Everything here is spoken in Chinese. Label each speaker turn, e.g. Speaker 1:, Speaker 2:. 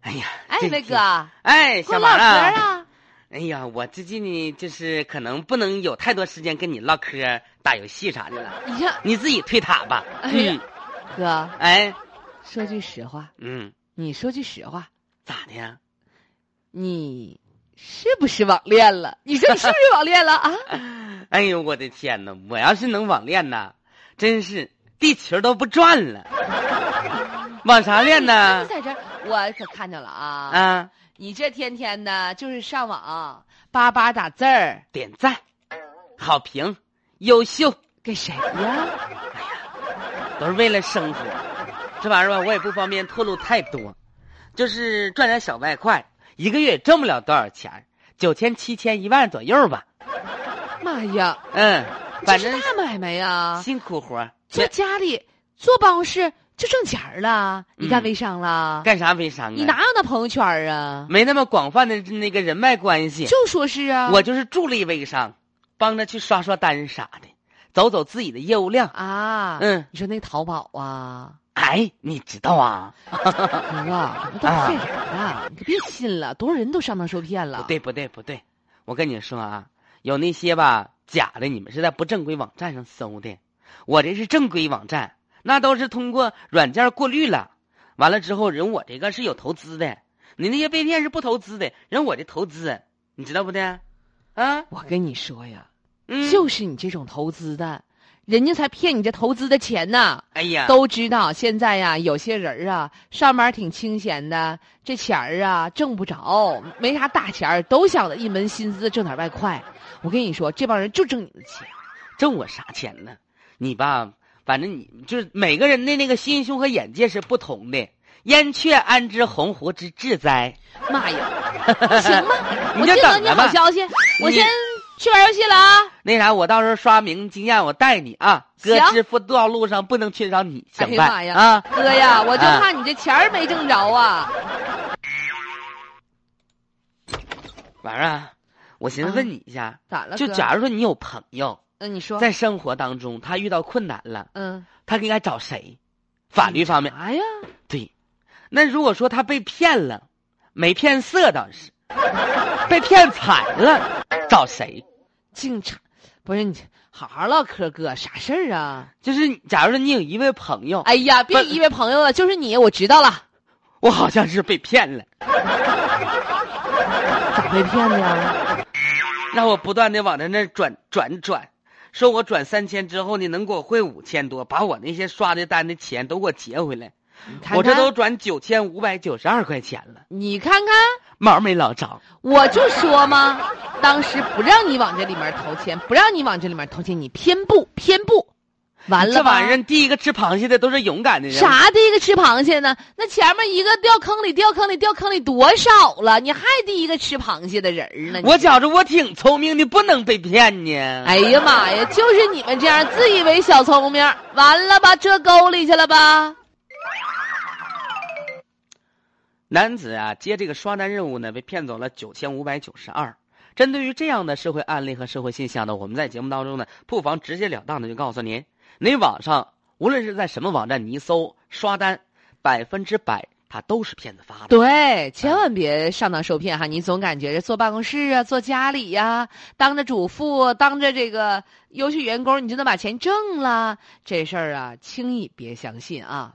Speaker 1: 哎呀，
Speaker 2: 哎
Speaker 1: 这，
Speaker 2: 威哥
Speaker 1: 这，哎，小
Speaker 2: 跟我唠
Speaker 1: 王
Speaker 2: 嗑儿！啊！
Speaker 1: 哎呀，我最近呢，就是可能不能有太多时间跟你唠嗑、打游戏啥的了，
Speaker 2: 你看，
Speaker 1: 你自己推塔吧。
Speaker 2: 哎
Speaker 1: 嗯
Speaker 2: 呀，哥，
Speaker 1: 哎，
Speaker 2: 说句实话，
Speaker 1: 嗯，
Speaker 2: 你说句实话，
Speaker 1: 咋的呀？
Speaker 2: 你是不是网恋了？你说你是不是网恋了啊？
Speaker 1: 哎呦，我的天呐，我要是能网恋呐，真是地球都不转 了。 网啥恋
Speaker 2: 那
Speaker 1: 呢
Speaker 2: 你？在这儿，我可看见了啊！
Speaker 1: 啊，
Speaker 2: 你这天天呢，就是上网叭叭打字儿，
Speaker 1: 点赞、好评、优秀，
Speaker 2: 给谁呀？
Speaker 1: 都是为了生活。这玩意儿吧，我也不方便透露太多，就是赚点小外快，一个月也挣不了多少钱儿，九千、七千、一万左右吧。
Speaker 2: 妈呀，
Speaker 1: 嗯，
Speaker 2: 这
Speaker 1: 反
Speaker 2: 是
Speaker 1: 正
Speaker 2: 大买卖呀！
Speaker 1: 辛苦活儿，
Speaker 2: 坐家里坐办公室就挣钱儿了，你
Speaker 1: 嗯
Speaker 2: 干微商了？
Speaker 1: 干啥微商啊？
Speaker 2: 你哪有那朋友圈儿啊？
Speaker 1: 没那么广泛的那个人脉关系。
Speaker 2: 就说是啊，
Speaker 1: 我就是助力微商，帮着去刷刷单啥的，走走自己的业务量。
Speaker 2: 啊，
Speaker 1: 嗯，
Speaker 2: 你说那淘宝啊，
Speaker 1: 哎，你知道啊？
Speaker 2: 哥，那都
Speaker 1: 啊
Speaker 2: 骗人的，你可别信了，多少人都上当受骗
Speaker 1: 不
Speaker 2: 了。
Speaker 1: 对，不对，不对，我跟你说啊，有那些吧假的，你们是在不正规网站上搜的，我这是正规网站，那都是通过软件过滤了，完了之后人我这个是有投资的，你那些被骗是不投资的，人我这投资，你知道不的？啊，
Speaker 2: 我跟你说呀，
Speaker 1: 嗯，
Speaker 2: 就是你这种投资的，人家才骗你这投资的钱呢。
Speaker 1: 哎呀，
Speaker 2: 都知道现在呀，有些人啊，上班挺清闲的，这钱儿啊挣不着，没啥大钱儿，都想着一门心思挣点外快。我跟你说，这帮人就挣你的钱。
Speaker 1: 挣我啥钱呢？你吧，反正你就是每个人的那个心胸和眼界是不同的。燕雀安知鸿鹄之志哉？
Speaker 2: 妈呀，行吧，
Speaker 1: 你
Speaker 2: 我
Speaker 1: 就
Speaker 2: 就
Speaker 1: 等
Speaker 2: 等你
Speaker 1: 着
Speaker 2: 好
Speaker 1: 吧。
Speaker 2: 消息，我
Speaker 1: 你
Speaker 2: 先去玩游戏了啊。
Speaker 1: 那啥，我到时候刷名经验，我带你啊。哥
Speaker 2: 行
Speaker 1: 致富道路上不能缺少你，
Speaker 2: 哎
Speaker 1: 相
Speaker 2: 呀妈
Speaker 1: 伴
Speaker 2: 呀
Speaker 1: 啊！
Speaker 2: 哥呀，我就怕你这钱儿没挣着啊！
Speaker 1: 玩儿啊，我寻思问你一下，
Speaker 2: 咋了？
Speaker 1: 就
Speaker 2: 哥，
Speaker 1: 假如说你有朋友
Speaker 2: 嗯，你啊说，
Speaker 1: 在生活当中他遇到困难了，
Speaker 2: 嗯，
Speaker 1: 他应该找谁？法律方面
Speaker 2: 啥呀？
Speaker 1: 对。那如果说他被骗了，没骗色倒是，被骗惨了，找谁？
Speaker 2: 警察，不是你，好好唠嗑，哥，啥事儿啊？
Speaker 1: 就是假如说你有一位朋友，
Speaker 2: 哎呀，别
Speaker 1: 不
Speaker 2: 以为朋友了，就是你，我知道了，
Speaker 1: 我好像是被骗了，
Speaker 2: 咋被骗的呀？
Speaker 1: 让我不断的往他那儿转转转，说我转三千之后呢，能给我汇五千多，把我那些刷的单的钱都给我结回来，
Speaker 2: 你看看
Speaker 1: 我这都，转九千五百九十二块钱了，
Speaker 2: 你看看，
Speaker 1: 毛没捞着。
Speaker 2: 我就说嘛，当时不让你往这里面投钱，不让你往这里面投钱，你偏不偏不，完了
Speaker 1: 这
Speaker 2: 吧
Speaker 1: 玩意儿，第一个吃螃蟹的都是勇敢的人。？
Speaker 2: 啥第一个吃螃蟹呢？那前面一个掉坑里，掉坑里，掉坑里多少了？你还第一个吃螃蟹的人儿呢？你
Speaker 1: 我觉着我挺聪明的，不能被骗呢。
Speaker 2: 哎呀妈呀！就是你们这样自以为小聪明儿，完了吧，这沟里去了吧？
Speaker 1: 男子啊，接这个刷单任务呢，被骗走了九千五百九十二。针对于这样的社会案例和社会现象呢，我们在节目当中呢，不妨直截了当的就告诉您，您网上无论是在什么网站，你一搜刷单，百分之百它都是骗子发的。
Speaker 2: 对，千万别上当受骗哈！你总感觉坐办公室啊，坐家里呀、当着主妇，当着这个优秀员工，你就能把钱挣了，这事儿啊，轻易别相信啊！